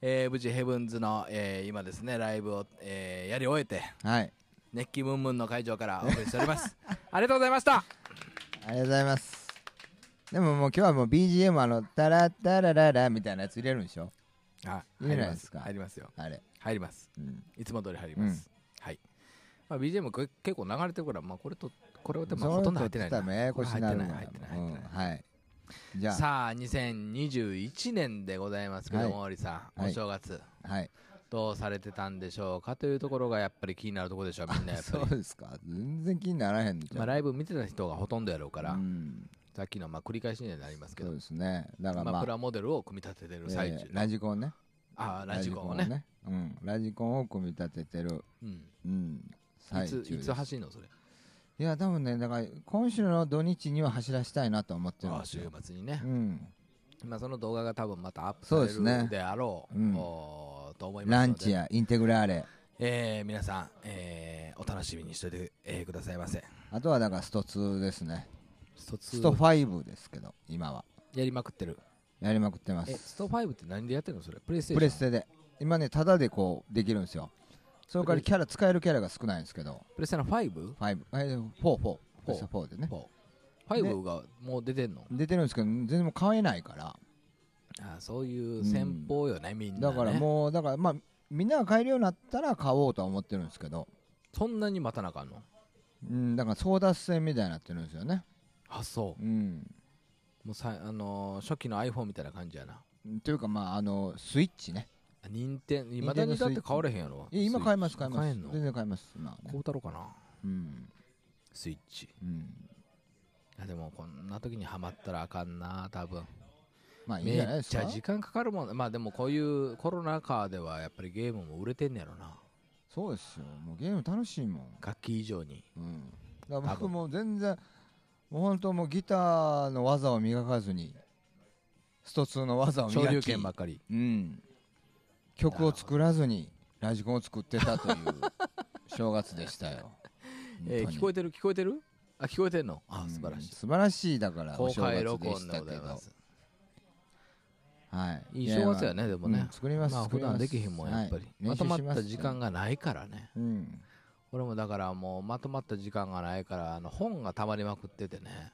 Speaker 2: えー無事ヘブンズの、えー今ですねライブを、えーやり終えて
Speaker 1: はい
Speaker 2: 熱気ムンムンの会 場からお送りしておりますありがとうございました
Speaker 1: ありがとうございますでももう今日はもう BGM あのタラッタラララみたいなやつ入れるんでしょ
Speaker 2: あ
Speaker 1: いいじゃないですか
Speaker 2: 入りますよ
Speaker 1: あれ
Speaker 2: 入ります
Speaker 1: うん
Speaker 2: いつも通り入ります、はい、まあ、BGM これ結構流れてるから、まあ、これとこれはでも
Speaker 1: そ
Speaker 2: ほ
Speaker 1: う
Speaker 2: とんど入ってない
Speaker 1: 撮
Speaker 2: な
Speaker 1: ったらややこしになるわ
Speaker 2: 入ってない入ってない入ってな
Speaker 1: う
Speaker 2: い
Speaker 1: んはいじゃ
Speaker 2: さあ2021年でございますけども、森さん
Speaker 1: は
Speaker 2: お
Speaker 1: い
Speaker 2: 正月、
Speaker 1: あはい
Speaker 2: どうされてたんでしょうかというところがやっぱり気になるところでしょうみんなやっ ぱ
Speaker 1: そ
Speaker 2: り
Speaker 1: う、ですか全然気にならへんじゃん
Speaker 2: まあ、ライブ見てた人がほとんどやろうか、
Speaker 1: からうん
Speaker 2: さっきのまあ繰り返しにはなりますけ
Speaker 1: そ
Speaker 2: ど
Speaker 1: うですねだから
Speaker 2: まあ、
Speaker 1: まあ
Speaker 2: プラモデルを組み立ててる
Speaker 1: え
Speaker 2: 最中、
Speaker 1: ーラジコンね
Speaker 2: あーラジコンを
Speaker 1: ラ
Speaker 2: ね
Speaker 1: ジコンをねうんラジコンを組み立ててる
Speaker 2: うん、
Speaker 1: うん最
Speaker 2: い
Speaker 1: 中
Speaker 2: つ
Speaker 1: です
Speaker 2: いつ走るのそれ
Speaker 1: いや多分ねだから今週の土日には走らしたいなと思ってるん
Speaker 2: あー
Speaker 1: です
Speaker 2: 週
Speaker 1: よ
Speaker 2: 末にね
Speaker 1: う、ん
Speaker 2: まあ、その動画が多分またアップさ
Speaker 1: そう
Speaker 2: れ
Speaker 1: ですね
Speaker 2: るであろう
Speaker 1: うん
Speaker 2: おーと思いますの
Speaker 1: ラ
Speaker 2: で
Speaker 1: ンチやインテグラーレ
Speaker 2: えー皆さん、えーお楽しみにしておいて、えーくださいませ
Speaker 1: あとはだからスト2ですね
Speaker 2: ストツ
Speaker 1: ス
Speaker 2: ー
Speaker 1: ト5ですけど今は
Speaker 2: やりまくってる
Speaker 1: やりまくってま
Speaker 2: え
Speaker 1: す
Speaker 2: スト5って何でやってるのそれプレイステーショ
Speaker 1: プ
Speaker 2: ン
Speaker 1: レステで今ねタダでこうできるんですよそれからキャラ使えるキャラが少ないんですけど
Speaker 2: プレステの 5?4
Speaker 1: 5444プレステ4でね
Speaker 2: 5がもう出てんの
Speaker 1: 出てるんですけど全然もう買えないから
Speaker 2: あーそういう戦法よね、みんな、
Speaker 1: だ
Speaker 2: ね、
Speaker 1: からもうだからまあみんなが買えるようになったら買おうとは思ってるんですけど
Speaker 2: そんなに待たなあかんの
Speaker 1: うんだから争奪戦みたいになってるんですよね
Speaker 2: あそ
Speaker 1: うん
Speaker 2: うもうさ、あのー初期の iPhone みたいな感じやな
Speaker 1: というかまああのスイッチね
Speaker 2: あ任天いまだにだって買われへんやろ
Speaker 1: いや今買えます
Speaker 2: スイ
Speaker 1: 買
Speaker 2: ッ
Speaker 1: え
Speaker 2: チ
Speaker 1: ます
Speaker 2: んの
Speaker 1: 全然買えます今はね
Speaker 2: こうたろうかな
Speaker 1: うん
Speaker 2: スイッチ
Speaker 1: うん
Speaker 2: あでもこんな時にはまったらあかんな多分
Speaker 1: まあいいん
Speaker 2: め
Speaker 1: じゃない
Speaker 2: っ
Speaker 1: です
Speaker 2: ち
Speaker 1: か
Speaker 2: ゃ時間かかるもんまあでもこういうコロナ禍ではやっぱりゲームも売れてんねやろな
Speaker 1: そうですよもうゲーム楽しいもん
Speaker 2: 楽器以上に
Speaker 1: うんだから僕
Speaker 2: 多分
Speaker 1: もう全然もう本当もうギターの技を磨かずにスト2の技を磨き
Speaker 2: 昇竜拳ばっかり
Speaker 1: うん曲を作らずにラジコンを作ってた という正月でしたよ
Speaker 2: えー聞こえ
Speaker 1: て
Speaker 2: てる聞こえてるあ聞こえてんのあ素晴らしい
Speaker 1: 素晴らしいだからお
Speaker 2: 公
Speaker 1: 正
Speaker 2: 開
Speaker 1: 月
Speaker 2: 録
Speaker 1: でし
Speaker 2: 音で
Speaker 1: た
Speaker 2: ござ
Speaker 1: け
Speaker 2: い
Speaker 1: ど
Speaker 2: ます
Speaker 1: はい
Speaker 2: いい正月や
Speaker 1: ね
Speaker 2: ねでもね
Speaker 1: うん作ります
Speaker 2: まあ
Speaker 1: 作
Speaker 2: 普
Speaker 1: ります
Speaker 2: 段できへんもんやっぱ
Speaker 1: は
Speaker 2: り
Speaker 1: い練
Speaker 2: まと
Speaker 1: 習
Speaker 2: ま
Speaker 1: し
Speaker 2: っ
Speaker 1: ます
Speaker 2: た時間がないからね
Speaker 1: うん
Speaker 2: 俺もだからもうまとまった時間がないからあの本がたまりまくっててね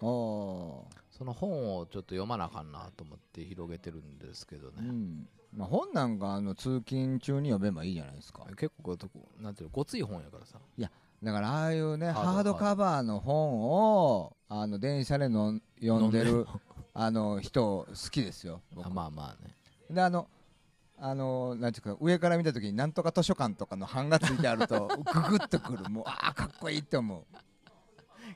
Speaker 1: お
Speaker 2: その本をちょっと読まなあかんなと思って広げてるんですけど
Speaker 1: ーう
Speaker 2: ね、
Speaker 1: んまあ本なんかあの通勤中に読めばいいじゃないですか
Speaker 2: 結構こうとこなんていうのごつい本やからさ
Speaker 1: だからああいうね
Speaker 2: ハード
Speaker 1: ハードカバーの本をあの電車での読んで
Speaker 2: 飲んで
Speaker 1: る
Speaker 2: る
Speaker 1: あの人好きですよ僕
Speaker 2: あまあまあね
Speaker 1: であのあのなんていうか上から見た時になんとか図書館とかの版がついてある とググッとくるもうああかっこいいって思う、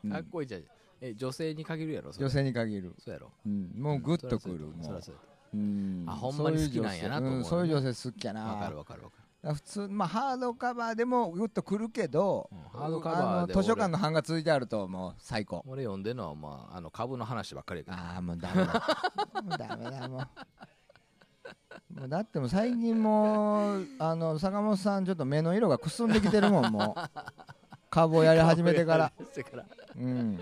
Speaker 1: うん
Speaker 2: かっこいいじゃんえ女性に限るやろそれ
Speaker 1: 女性に限る、
Speaker 2: そうやろ
Speaker 1: うん、もうグッとくる
Speaker 2: そ
Speaker 1: も
Speaker 2: ら
Speaker 1: う
Speaker 2: そうや
Speaker 1: うん
Speaker 2: あほんまに好きなんやなと思うよね
Speaker 1: そういう女性うんそういう女性好きやな
Speaker 2: わかるわかるわかる
Speaker 1: ら普通、まあ、ハードカバーでもグッとくるけど、
Speaker 2: うんハードカバーで
Speaker 1: あの図書館
Speaker 2: 俺
Speaker 1: の版が続いてあるともう最高
Speaker 2: 俺読んでんのは、まあ、あの株の話ばっかりやけど
Speaker 1: ああもうダメだもうダメだもうもうだってもう最近もうあの坂本さんちょっと目の色がくすんできてるもんもう株をやり始めて から、
Speaker 2: 株やり始めてから
Speaker 1: うん、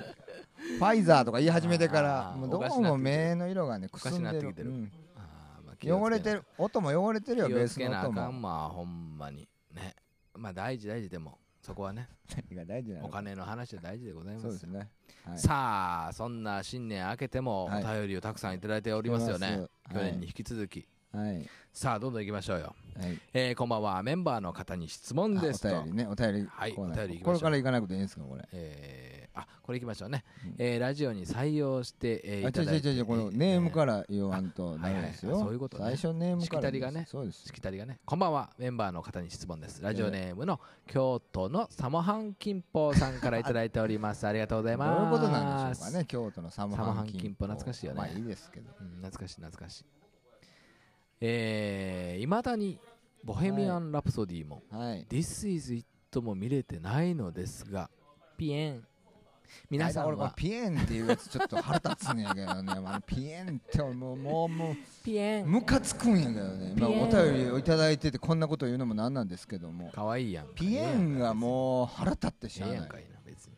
Speaker 1: ファイザーとか言い始めてから
Speaker 2: あー
Speaker 1: もうど
Speaker 2: おかし
Speaker 1: う
Speaker 2: なって
Speaker 1: も
Speaker 2: きてる
Speaker 1: 目の色がねくすん
Speaker 2: おかしな
Speaker 1: で
Speaker 2: って
Speaker 1: る
Speaker 2: きてる
Speaker 1: うん
Speaker 2: あーまあ気をつけな
Speaker 1: 汚れてる音も汚れてるよ
Speaker 2: 気
Speaker 1: ベ
Speaker 2: を
Speaker 1: ー
Speaker 2: つ
Speaker 1: ス
Speaker 2: け
Speaker 1: の
Speaker 2: なあ
Speaker 1: 音
Speaker 2: かん
Speaker 1: も
Speaker 2: まあほんまにねまあ大事大事でもそこはね
Speaker 1: 何が大事な
Speaker 2: お
Speaker 1: の
Speaker 2: 金の話は大事でございます
Speaker 1: そうですねはい
Speaker 2: さあそんな新年明けてもお
Speaker 1: はい
Speaker 2: 便りをたくさんいただいておりますよね、
Speaker 1: 来てます
Speaker 2: 去年に引き続き、
Speaker 1: はいはい
Speaker 2: さあどんどん行きましょうよ、
Speaker 1: はい
Speaker 2: えーこんばんはメンバーの方に質問です
Speaker 1: あ
Speaker 2: と
Speaker 1: お便りねお便り
Speaker 2: はい
Speaker 1: コーナー
Speaker 2: お便り行きましょう
Speaker 1: これから行かなくていいんですかこれ
Speaker 2: えーあこれ行きましょうね、
Speaker 1: うん
Speaker 2: えーラジオに採用して、えー
Speaker 1: あ、
Speaker 2: い
Speaker 1: ちょ
Speaker 2: た
Speaker 1: い
Speaker 2: だ
Speaker 1: ちょ
Speaker 2: い
Speaker 1: い
Speaker 2: て
Speaker 1: ちょい、このネーム
Speaker 2: ら、
Speaker 1: から言わんとダメですよ。
Speaker 2: あはいはいあそういうことね
Speaker 1: 最初ネームからです。
Speaker 2: しきたりがね
Speaker 1: そうです
Speaker 2: し。きたりがねこんばんはメンバーの方に質問ですラジオネームの京都のサモハン金峰さんからいただいておりますありがとうござ い
Speaker 1: どう
Speaker 2: ます
Speaker 1: いうことなんでしょうかね、京都のサム
Speaker 2: サム
Speaker 1: ハ
Speaker 2: ハ
Speaker 1: ン
Speaker 2: ン
Speaker 1: キ
Speaker 2: キ
Speaker 1: ン
Speaker 2: ンポ懐かしいよね
Speaker 1: まあいいですけど。
Speaker 2: うん懐かしい懐かしいえいまだに「ボヘミアン・ラプソディ」も
Speaker 1: はい
Speaker 2: 「。This is It」も見れてないのですがピエン皆さ
Speaker 1: あ
Speaker 2: ん
Speaker 1: 俺この
Speaker 2: は
Speaker 1: ピエンっていうやつちょっと腹立つんやけどね、 まあ、ピエンって俺もうもうも
Speaker 2: ピエ
Speaker 1: う
Speaker 2: ン
Speaker 1: ムカつくんやけどね、まあ、
Speaker 2: ピエン
Speaker 1: お便りをいただいててこんなこと言うのもなんなんですけども
Speaker 2: かわいいやん
Speaker 1: ピエンがもう腹立って
Speaker 2: う
Speaker 1: し
Speaker 2: え
Speaker 1: ゃあ
Speaker 2: えや
Speaker 1: なんい
Speaker 2: かいな別に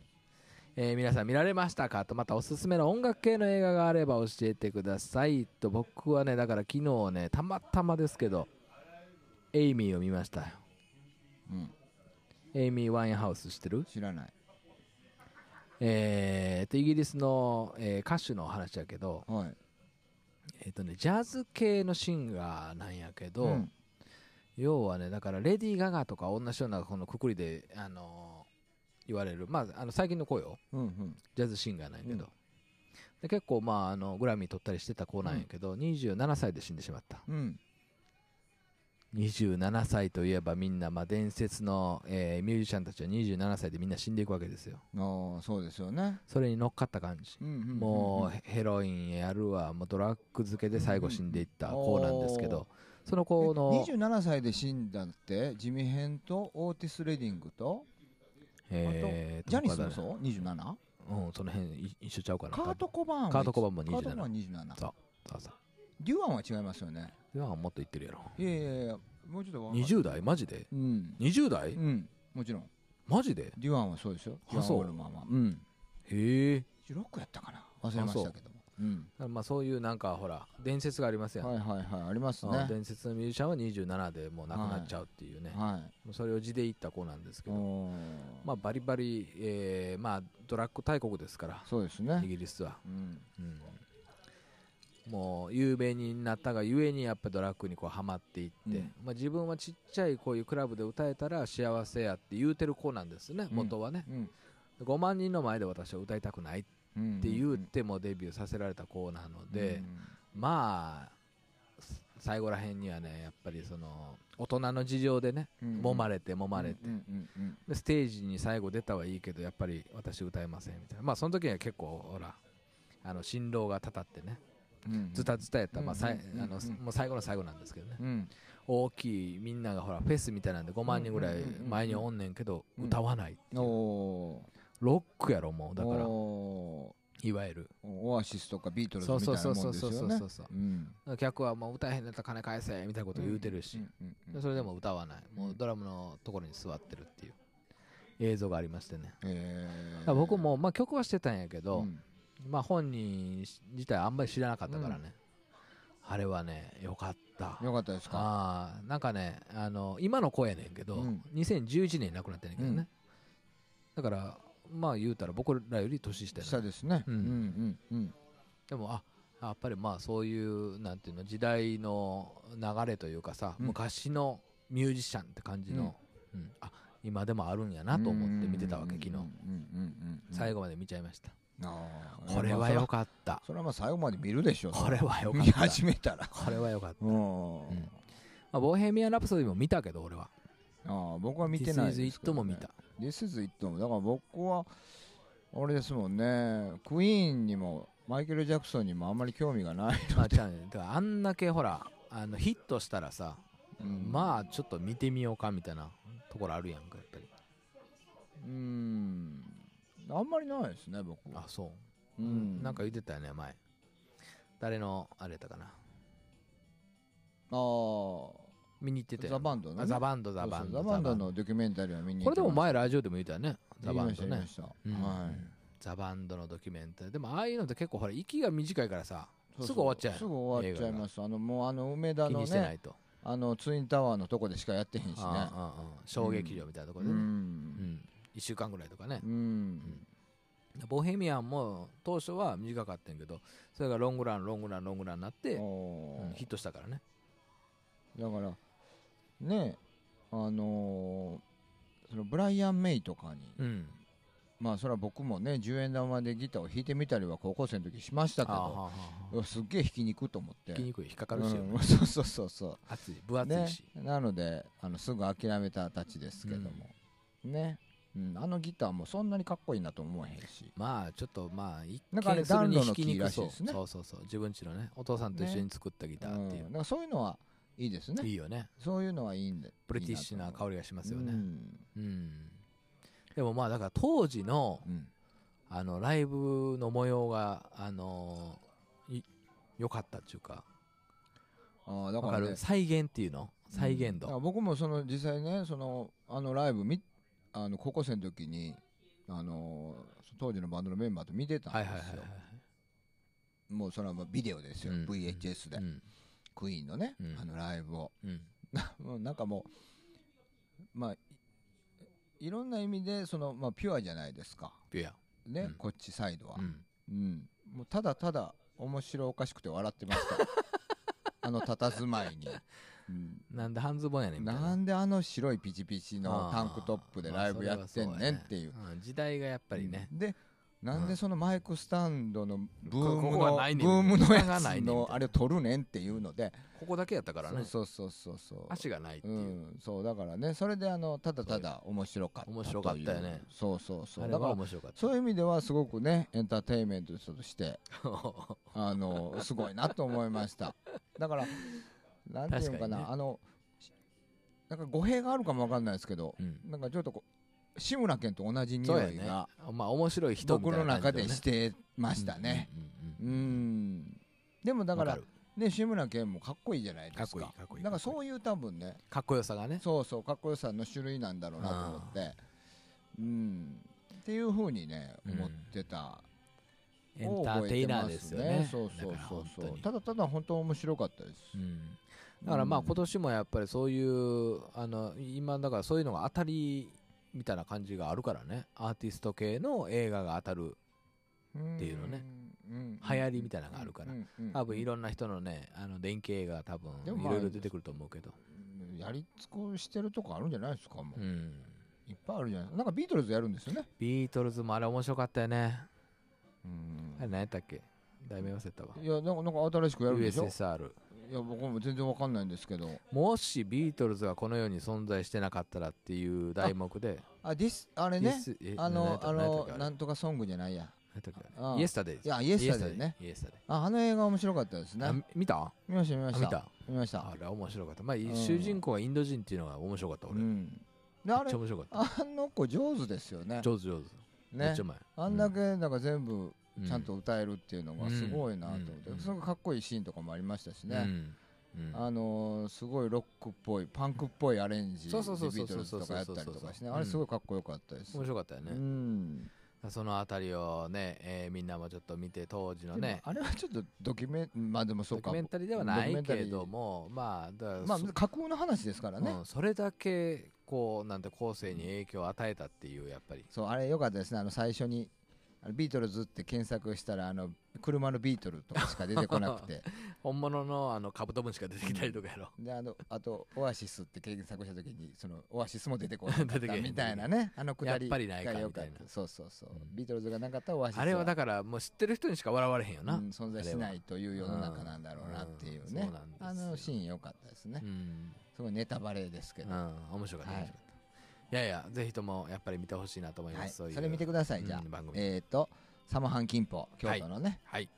Speaker 2: えー皆さん見られましたかとまたおすすめの音楽系の映画があれば教えてくださいと僕はねだから昨日ねたまたまですけどエイミーを見ましたよ
Speaker 1: うん、
Speaker 2: エイミー・ワインハウス知ってる
Speaker 1: 知らない、
Speaker 2: えー、とイギリスの、えー歌手の話やけど、
Speaker 1: はい
Speaker 2: えーとね、ジャズ系のシンガーなんやけど、
Speaker 1: ん
Speaker 2: 要はねだからレディー・ガガとか同じようなこのくくりで、あのー言われる、まあ、あの最近の子よ
Speaker 1: うんうん、
Speaker 2: ジャズシンガーなんやけど、
Speaker 1: うん
Speaker 2: で結構、まあ、あのグラミー取ったりしてた子なんやけど、27歳で死んでしまった
Speaker 1: うん、
Speaker 2: 27歳といえばみんな、まあ、伝説の、えーミュージシャンたちは27歳でみんな死んでいくわけですよ
Speaker 1: ああそうですよね、
Speaker 2: それに乗っかった感じ
Speaker 1: うんうんうんうん、
Speaker 2: もうヘロインやるわもうドラッグ漬けで最後死んでいった子なんですけど、その子の、
Speaker 1: え27歳で死んだってジミヘンとオーティス・レディングと
Speaker 2: えー
Speaker 1: ジャニス
Speaker 2: と
Speaker 1: も
Speaker 2: 他だね
Speaker 1: そう 27?
Speaker 2: うん、その辺い一緒ちゃうかな
Speaker 1: カート・コバーンはいつ
Speaker 2: カートコバーンも27
Speaker 1: カートコバーン27
Speaker 2: そうそうそう
Speaker 1: デュアンは違いますよね
Speaker 2: 今はもっと言ってるやろ
Speaker 1: いやいやいやもうちょっとわかん
Speaker 2: 20代マジで
Speaker 1: うん、
Speaker 2: 20代
Speaker 1: うん、もちろん
Speaker 2: マジで
Speaker 1: デュアンはそうですよ
Speaker 2: あそう
Speaker 1: デュアンは俺のままうん
Speaker 2: へえ
Speaker 1: 16やったかな忘れましたけどもうん
Speaker 2: まあそういうなんかほら伝説がありますやん、
Speaker 1: はいはいはいあります
Speaker 2: あ
Speaker 1: ね
Speaker 2: の伝説のミュージシャンは27でもう亡くなっちゃうっていうね、
Speaker 1: は
Speaker 2: もうそれを地でいった子なんです
Speaker 1: い
Speaker 2: けど、
Speaker 1: おー
Speaker 2: まあバリバリ、えーまあドラッグ大国ですから
Speaker 1: そうです
Speaker 2: イ
Speaker 1: ね
Speaker 2: ギリスは
Speaker 1: うん
Speaker 2: うんもう有名になったがゆえにやっぱドラッグにこうハマっていって、
Speaker 1: うん
Speaker 2: まあ、自分はちっちゃいこういうクラブで歌えたら幸せやって言うてる子なんですね、
Speaker 1: うん
Speaker 2: 元はね
Speaker 1: うん
Speaker 2: 5万人の前で私は歌いたくないっ
Speaker 1: うん
Speaker 2: て言うてもデビューさせられた子なので、まあす最後らへんにはねやっぱりその大人の事情でね揉ま
Speaker 1: れ
Speaker 2: れて揉まれて、
Speaker 1: うんうんうん
Speaker 2: でステージに最後出たはいいけどやっぱり私歌えませんみたいなまあその時には結構ほらあの新郎がたたってね
Speaker 1: うんうん
Speaker 2: ズタズタやった、まあさい
Speaker 1: うん
Speaker 2: あの
Speaker 1: うん
Speaker 2: もう最後の最後なんですけどね、
Speaker 1: うん
Speaker 2: 大きいみんながほらフェスみたいなんで5万人ぐらい前におんねんけど
Speaker 1: うん
Speaker 2: 歌わないっていう
Speaker 1: おー
Speaker 2: ロックやろもうだから
Speaker 1: お
Speaker 2: いわゆる
Speaker 1: ーオアシスとかビートルズ
Speaker 2: そう
Speaker 1: みた
Speaker 2: そ
Speaker 1: いうな
Speaker 2: そ
Speaker 1: も
Speaker 2: うそ
Speaker 1: ん
Speaker 2: う
Speaker 1: ですよ
Speaker 2: そう
Speaker 1: ね
Speaker 2: そうそう
Speaker 1: うん
Speaker 2: 客はもう歌えへんだったら金返せみたいなこと言うてるし、
Speaker 1: うんうんうん
Speaker 2: それでも歌わないもうドラムのところに座ってるっていう映像がありましてね
Speaker 1: え
Speaker 2: だ
Speaker 1: ー
Speaker 2: から僕もまあ曲はしてたんやけ
Speaker 1: う
Speaker 2: ど、
Speaker 1: ん
Speaker 2: まあ本人自体あんまり知らなかったからね、あれはねよかった
Speaker 1: よかったですか
Speaker 2: ああなんかねあの今の子やねんけど、
Speaker 1: うん
Speaker 2: 2011年に亡くなってんねんけどね、だからまあ言うたら僕らより年下やな
Speaker 1: 下ですね
Speaker 2: う
Speaker 1: うんんうんうん
Speaker 2: でもあやっぱりまあそういうなんていうの時代の流れというかさ、
Speaker 1: うん
Speaker 2: 昔のミュージシャンって感じの、うんあ今でもあるんやなと思って見てたわけ昨日最
Speaker 1: 後
Speaker 2: 後まで見ちゃいました、これは良
Speaker 1: よ
Speaker 2: かった
Speaker 1: それはまあ最後まで見るでしょう
Speaker 2: これは良か っ
Speaker 1: 見
Speaker 2: た
Speaker 1: 始めたら
Speaker 2: これは良かった、
Speaker 1: うん
Speaker 2: うんまあ、ボヘミアン・ラプソディも見たけど俺は
Speaker 1: ああ僕は見てない
Speaker 2: This is
Speaker 1: です
Speaker 2: It も見た
Speaker 1: This is It もだから僕はあれですもんねクイーンにもマイケル・ジャクソンにもあんまり興味がない
Speaker 2: まあ、じゃあね、だからあんだけほら、あのヒットしたらさ、
Speaker 1: うん
Speaker 2: まあちょっと見てみようかみたいなところあるやんかやっぱり
Speaker 1: うんあんまりないですね僕
Speaker 2: あ
Speaker 1: は
Speaker 2: そううん
Speaker 1: ん
Speaker 2: なんか言ってたよね前誰のあれやったかな
Speaker 1: あー
Speaker 2: 見に行ってたよ
Speaker 1: ザ・バンドの
Speaker 2: あ
Speaker 1: ね
Speaker 2: ザバンドザバンド
Speaker 1: そうそうザバンドのドキュメンタリーを見に
Speaker 2: こ
Speaker 1: 行
Speaker 2: れ
Speaker 1: き
Speaker 2: でも
Speaker 1: まし
Speaker 2: 前ラジオでも言ったよね
Speaker 1: た
Speaker 2: ザバンド
Speaker 1: 言い
Speaker 2: ね
Speaker 1: ました
Speaker 2: う
Speaker 1: 言い
Speaker 2: ん
Speaker 1: ましたはい
Speaker 2: ザバンドのドキュメンタリーでもああいうのって結構ほら息が短いからさ
Speaker 1: そうそう
Speaker 2: すぐ終わっちゃうやん
Speaker 1: すぐ終わっちゃいますあのもうあの梅田
Speaker 2: 気
Speaker 1: の
Speaker 2: にしてな
Speaker 1: ね
Speaker 2: いと
Speaker 1: あのツインタワーのとこでしかやってへんしね
Speaker 2: ああああああ小劇場みたいなとこ
Speaker 1: う
Speaker 2: ろでねうんん1週間ぐらいとかね
Speaker 1: うん
Speaker 2: ボヘミアンも当初は短かったんやけどそれがロングランロングランロングランになって
Speaker 1: おー
Speaker 2: うんヒットしたからね
Speaker 1: だからねあのーそのブライアン・メイとかに、
Speaker 2: うん
Speaker 1: まあそれは僕もね10円玉でギターを弾いてみたりは高校生の時しましたけ
Speaker 2: ああは
Speaker 1: ど
Speaker 2: あはあ
Speaker 1: うわすっげえ弾きにくいと思って
Speaker 2: 聞きにくい引っかかるしよ
Speaker 1: うん そうそうそうそ
Speaker 2: 熱い分
Speaker 1: う、
Speaker 2: 厚い
Speaker 1: ね
Speaker 2: し、
Speaker 1: なのであのすぐ諦めたたちですけども、ね、うん、あのギターもそんなにかっこいいなと思えへんし
Speaker 2: まあちょっとまあ一
Speaker 1: なんかあれ
Speaker 2: 見するに
Speaker 1: 暖炉
Speaker 2: 弾
Speaker 1: の
Speaker 2: き
Speaker 1: 木
Speaker 2: にく
Speaker 1: らし
Speaker 2: そ
Speaker 1: いうですね
Speaker 2: そうそうそう自分ちのねお父さんと一緒に作ったギターっていう
Speaker 1: うん、なんかそういうのはいいですね
Speaker 2: いいよね
Speaker 1: そういうのはいいんで
Speaker 2: ブリティッシュな香りがしますよ
Speaker 1: う
Speaker 2: ね
Speaker 1: ん
Speaker 2: うん、でもまあだから当時の
Speaker 1: うん
Speaker 2: あのライブの模様があのーい良かったっていうか
Speaker 1: ああだ
Speaker 2: わ
Speaker 1: か、
Speaker 2: からる
Speaker 1: ね、
Speaker 2: 再現っていうの再現
Speaker 1: だから
Speaker 2: 度
Speaker 1: 僕もその実際ねそのあのライブみあの高校生の時にあの当時のバンドのメンバーと見てたん
Speaker 2: は
Speaker 1: で
Speaker 2: い
Speaker 1: すよ、
Speaker 2: はいはいはい
Speaker 1: もうそれはもうビデオですよ、
Speaker 2: うん
Speaker 1: VHS で、
Speaker 2: うん
Speaker 1: クイーンのね、
Speaker 2: うん
Speaker 1: あのライブを
Speaker 2: うん
Speaker 1: もうなんかもうまあいいろんな意味でその、まあ、ピュアじゃないですか
Speaker 2: ビュア
Speaker 1: ね、
Speaker 2: うん
Speaker 1: こっちサイドは、
Speaker 2: うん
Speaker 1: うんもうただただ面白おかしくて笑ってました あの佇まいに、うん
Speaker 2: なんで半ズボンやねんみたいな
Speaker 1: なんであの白いピチピチのタンクトップでライブやってんねんっていう
Speaker 2: まあそれはそうやねん時代がやっぱりね、
Speaker 1: でなんでそのマイクスタンドのブー
Speaker 2: こ
Speaker 1: ム
Speaker 2: こ
Speaker 1: の
Speaker 2: がないねん
Speaker 1: ブームのや
Speaker 2: 下がない
Speaker 1: つ
Speaker 2: ねんみ
Speaker 1: の
Speaker 2: たいな
Speaker 1: あれを取るねんっていうので
Speaker 2: ここだけやったからね
Speaker 1: そうそうそうそうそう
Speaker 2: 足がないっていうう、
Speaker 1: んそうだからねそれであのただただ面白かった
Speaker 2: 面白かったよね
Speaker 1: というそうそうそ
Speaker 2: あ
Speaker 1: う
Speaker 2: れ
Speaker 1: だか
Speaker 2: は
Speaker 1: ら
Speaker 2: 面白かった
Speaker 1: そういう意味ではすごくねエンターテインメントとして
Speaker 2: う
Speaker 1: あ のすごいなと思いましただからなんていうのか
Speaker 2: 確か
Speaker 1: な
Speaker 2: にね
Speaker 1: あのなんか語弊があるかもわかんないですけど、
Speaker 2: ん
Speaker 1: なんかちょっとこう志村けんと同じ
Speaker 2: そ
Speaker 1: 匂
Speaker 2: うや
Speaker 1: い
Speaker 2: ね
Speaker 1: が
Speaker 2: まあ面白い人みた
Speaker 1: 僕
Speaker 2: いな
Speaker 1: の中
Speaker 2: 感
Speaker 1: で
Speaker 2: じよね
Speaker 1: してましたね
Speaker 2: う
Speaker 1: うん
Speaker 2: うん
Speaker 1: ん
Speaker 2: うん
Speaker 1: でもだか
Speaker 2: わ
Speaker 1: ら
Speaker 2: る
Speaker 1: ね志村けんもかっこいいじゃないですか
Speaker 2: かっこいいかっこいい
Speaker 1: だからそういう多分ね
Speaker 2: かっこよさがね
Speaker 1: そうそうかっこよさの種類なんだろうなと思ってうんっていうふうにね
Speaker 2: うん
Speaker 1: 思ってた、
Speaker 2: エンターテイナーですよね
Speaker 1: そうそう
Speaker 2: だから
Speaker 1: そう
Speaker 2: 本当
Speaker 1: そう
Speaker 2: に
Speaker 1: ただただ本当面白かったです、
Speaker 2: うんだからまあ
Speaker 1: うん
Speaker 2: 今年もやっぱりそういうあの今だからそういうのが当たりみたいな感じがあるからねアーティスト系の映画が当たるっていうのね
Speaker 1: うん、
Speaker 2: 流行りみたいなのがあるから
Speaker 1: うんうん
Speaker 2: 多分いろんな人のねあの電気映画が多分
Speaker 1: でもま
Speaker 2: い
Speaker 1: あ
Speaker 2: ろいろ出てくると思うけど、
Speaker 1: やり尽くしてるとこあるんじゃないですかもう、
Speaker 2: うん、
Speaker 1: いっぱいあるじゃないなんかビートルズやるんですよね、
Speaker 2: ビートルズもあれ面白かったよね
Speaker 1: うん
Speaker 2: あれ何やったっけ題名忘れたわ
Speaker 1: いやなんかなんか新しくやるんでしょ
Speaker 2: USSR
Speaker 1: いや僕も全然わかんないんですけど
Speaker 2: もしビートルズがこの世に存在してなかったらっていう題目で
Speaker 1: あディスあれね
Speaker 2: This- え
Speaker 1: あ
Speaker 2: 何や
Speaker 1: の
Speaker 2: った
Speaker 1: あ
Speaker 2: っけ
Speaker 1: の
Speaker 2: 何やったっけあれ
Speaker 1: なんとかソングじゃないや
Speaker 2: 何やったっけ
Speaker 1: あ
Speaker 2: イエスタデイ
Speaker 1: いやイエスタデイね
Speaker 2: イエスタデイ
Speaker 1: ああの映画面白かったです
Speaker 2: あ
Speaker 1: ね
Speaker 2: 見た
Speaker 1: 見ました見ました
Speaker 2: あ見た
Speaker 1: 見ました
Speaker 2: あれは面白かったまあ
Speaker 1: ん
Speaker 2: 主人公がインド人っていうのが面白かった
Speaker 1: う
Speaker 2: 俺めっ
Speaker 1: んであれ
Speaker 2: ちゃ面白かっ
Speaker 1: あの子上手ですよね
Speaker 2: た上手上手めっ
Speaker 1: ね
Speaker 2: ちゃうまい
Speaker 1: あんだけなんか全部
Speaker 2: う
Speaker 1: ちゃんと歌えるっていうのがすごいなと思って、
Speaker 2: うん
Speaker 1: すごいかっこいいシーンとかもありましたし
Speaker 2: う
Speaker 1: ね、
Speaker 2: んうん
Speaker 1: あのーすごいロックっぽいパンクっぽいアレンジで
Speaker 2: そ
Speaker 1: ビ
Speaker 2: うそうそうそう
Speaker 1: ートルズとかやったりとかしてね
Speaker 2: うん
Speaker 1: あれすごいかっこよかったです、
Speaker 2: 面白かったよ
Speaker 1: う
Speaker 2: ね
Speaker 1: ん
Speaker 2: そのあたりをねえーみんなもちょっと見て当時の
Speaker 1: で
Speaker 2: ね
Speaker 1: もあれはちょっとドキュメンまあでもそ
Speaker 2: ド
Speaker 1: う
Speaker 2: キ
Speaker 1: か
Speaker 2: ュメンタリーではな
Speaker 1: ドキュメ
Speaker 2: い
Speaker 1: ンタリ
Speaker 2: け
Speaker 1: ー
Speaker 2: どもまあだから
Speaker 1: まあ
Speaker 2: そ
Speaker 1: 架空の話ですからね、
Speaker 2: うんそれだけこうなんて後世に影響を与えたっていうやっぱり
Speaker 1: そうあれよかったですねあの最初にあのビートルズって検索したらあの車のビートルとかしか出てこなく て
Speaker 2: 本物のあのカブトムシが出てきたりとかやろ
Speaker 1: であのあとオアシスって検索した時にそのオアシスも出てこなかっ
Speaker 2: 出てけ
Speaker 1: た
Speaker 2: へん
Speaker 1: みたいなねあのくだり
Speaker 2: やっぱりないか
Speaker 1: が良
Speaker 2: みたいな
Speaker 1: そうそうそう、
Speaker 2: うん
Speaker 1: ビートルズがなかったらオアシス
Speaker 2: あれはだからもう知ってる人にしか笑われへんよな、
Speaker 1: うん存在しないという世の中なんだろうなっていう
Speaker 2: うん
Speaker 1: ね
Speaker 2: そうなんですよ
Speaker 1: あのシーン良かったですね
Speaker 2: うん
Speaker 1: すごいネタバレですけど
Speaker 2: う
Speaker 1: は
Speaker 2: ん、面白かった、
Speaker 1: はい
Speaker 2: 面白かったいやいやぜひともやっぱり見てほしいなと思います、
Speaker 1: い
Speaker 2: そういう
Speaker 1: それ見てくださいじゃあ
Speaker 2: うん番組
Speaker 1: えっとサマハンキンポ京都のね
Speaker 2: はい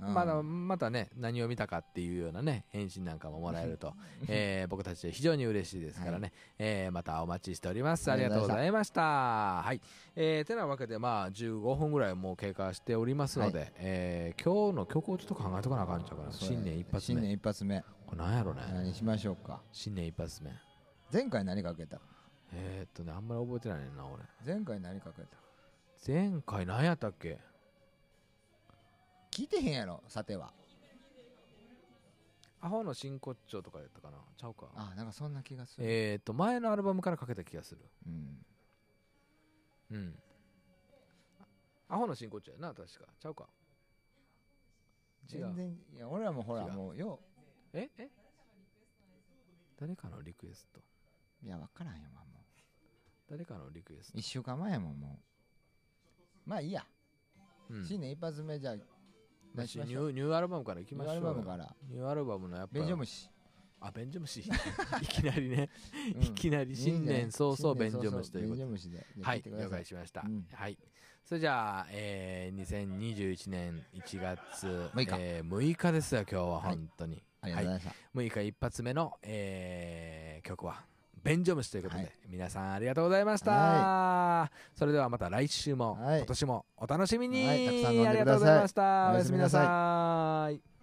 Speaker 1: うん
Speaker 2: まだまたね何を見たかっていうようなね返信なんかももらえると、えー僕たち非常に嬉しいですからね、えーまたお待ちしておりますあ
Speaker 1: あ
Speaker 2: り
Speaker 1: り
Speaker 2: が
Speaker 1: がと
Speaker 2: と
Speaker 1: う
Speaker 2: うご
Speaker 1: ご
Speaker 2: ざ
Speaker 1: ざ
Speaker 2: いましたはいえー、てなわけでまあ15分ぐらいもう経過しておりますので、えー今日の曲をちょっと考えとかなあかんちゃうかな
Speaker 1: そうや
Speaker 2: 新
Speaker 1: ね
Speaker 2: 年一発
Speaker 1: 新
Speaker 2: 目
Speaker 1: 年一発目
Speaker 2: これなんやろね、
Speaker 1: 何しましょうか
Speaker 2: 新年一発目
Speaker 1: 前回何かけた
Speaker 2: えー、っとねあんまり覚えてないねんな俺
Speaker 1: 前回何かけた
Speaker 2: 前回何やったっけ
Speaker 1: 聞いてへんやろさては
Speaker 2: アホの真骨頂とかやったかなちゃうか
Speaker 1: あなんかそんな気がする、
Speaker 2: えー、っと前のアルバムからかけた気がする
Speaker 1: うん
Speaker 2: うん。アホの真骨頂やな、確か。ちゃうか。違
Speaker 1: 全
Speaker 2: う。
Speaker 1: 然いや俺らもほら
Speaker 2: 違う
Speaker 1: もうよ
Speaker 2: ええ誰かのリクエスト。
Speaker 1: ういや分からんよもう
Speaker 2: 誰かのリクエスト。
Speaker 1: 1週間前やもんもうまあいいや、
Speaker 2: うん
Speaker 1: 新年一発目じゃあ
Speaker 2: だ
Speaker 1: 出
Speaker 2: し
Speaker 1: しま
Speaker 2: ニ
Speaker 1: しょう
Speaker 2: ューニューアルバムからいき
Speaker 1: ニュ
Speaker 2: まし
Speaker 1: ー
Speaker 2: ょう
Speaker 1: アルバ
Speaker 2: よ。
Speaker 1: ムから
Speaker 2: ニューアルバムのやっ
Speaker 1: 「
Speaker 2: ぱ。
Speaker 1: 便所虫
Speaker 2: あ、ベンジョムシ。いきなりね。
Speaker 1: うん
Speaker 2: いきなり新年早々
Speaker 1: 新年
Speaker 2: 便所虫ということ
Speaker 1: 便所虫でじゃあ
Speaker 2: は
Speaker 1: 聞
Speaker 2: い
Speaker 1: い、てく
Speaker 2: 了
Speaker 1: ださ
Speaker 2: 解しました。
Speaker 1: うん
Speaker 2: はい。それじゃあ、えー、2021年1月
Speaker 1: 六日
Speaker 2: えー、6日ですよ、今日
Speaker 1: は
Speaker 2: は、
Speaker 1: い
Speaker 2: 本当に。
Speaker 1: ありがとうございました、
Speaker 2: 6日一発目の、えー曲は「ベンジョムシ」ということで、
Speaker 1: はい
Speaker 2: 皆さんありがとうございました、それではまた来週も、
Speaker 1: はい
Speaker 2: 今年もお楽しみに、
Speaker 1: はいたくさん飲んでください
Speaker 2: ありがとうございましたお
Speaker 1: お
Speaker 2: や
Speaker 1: や
Speaker 2: す
Speaker 1: す
Speaker 2: み
Speaker 1: み
Speaker 2: な
Speaker 1: なさい
Speaker 2: さい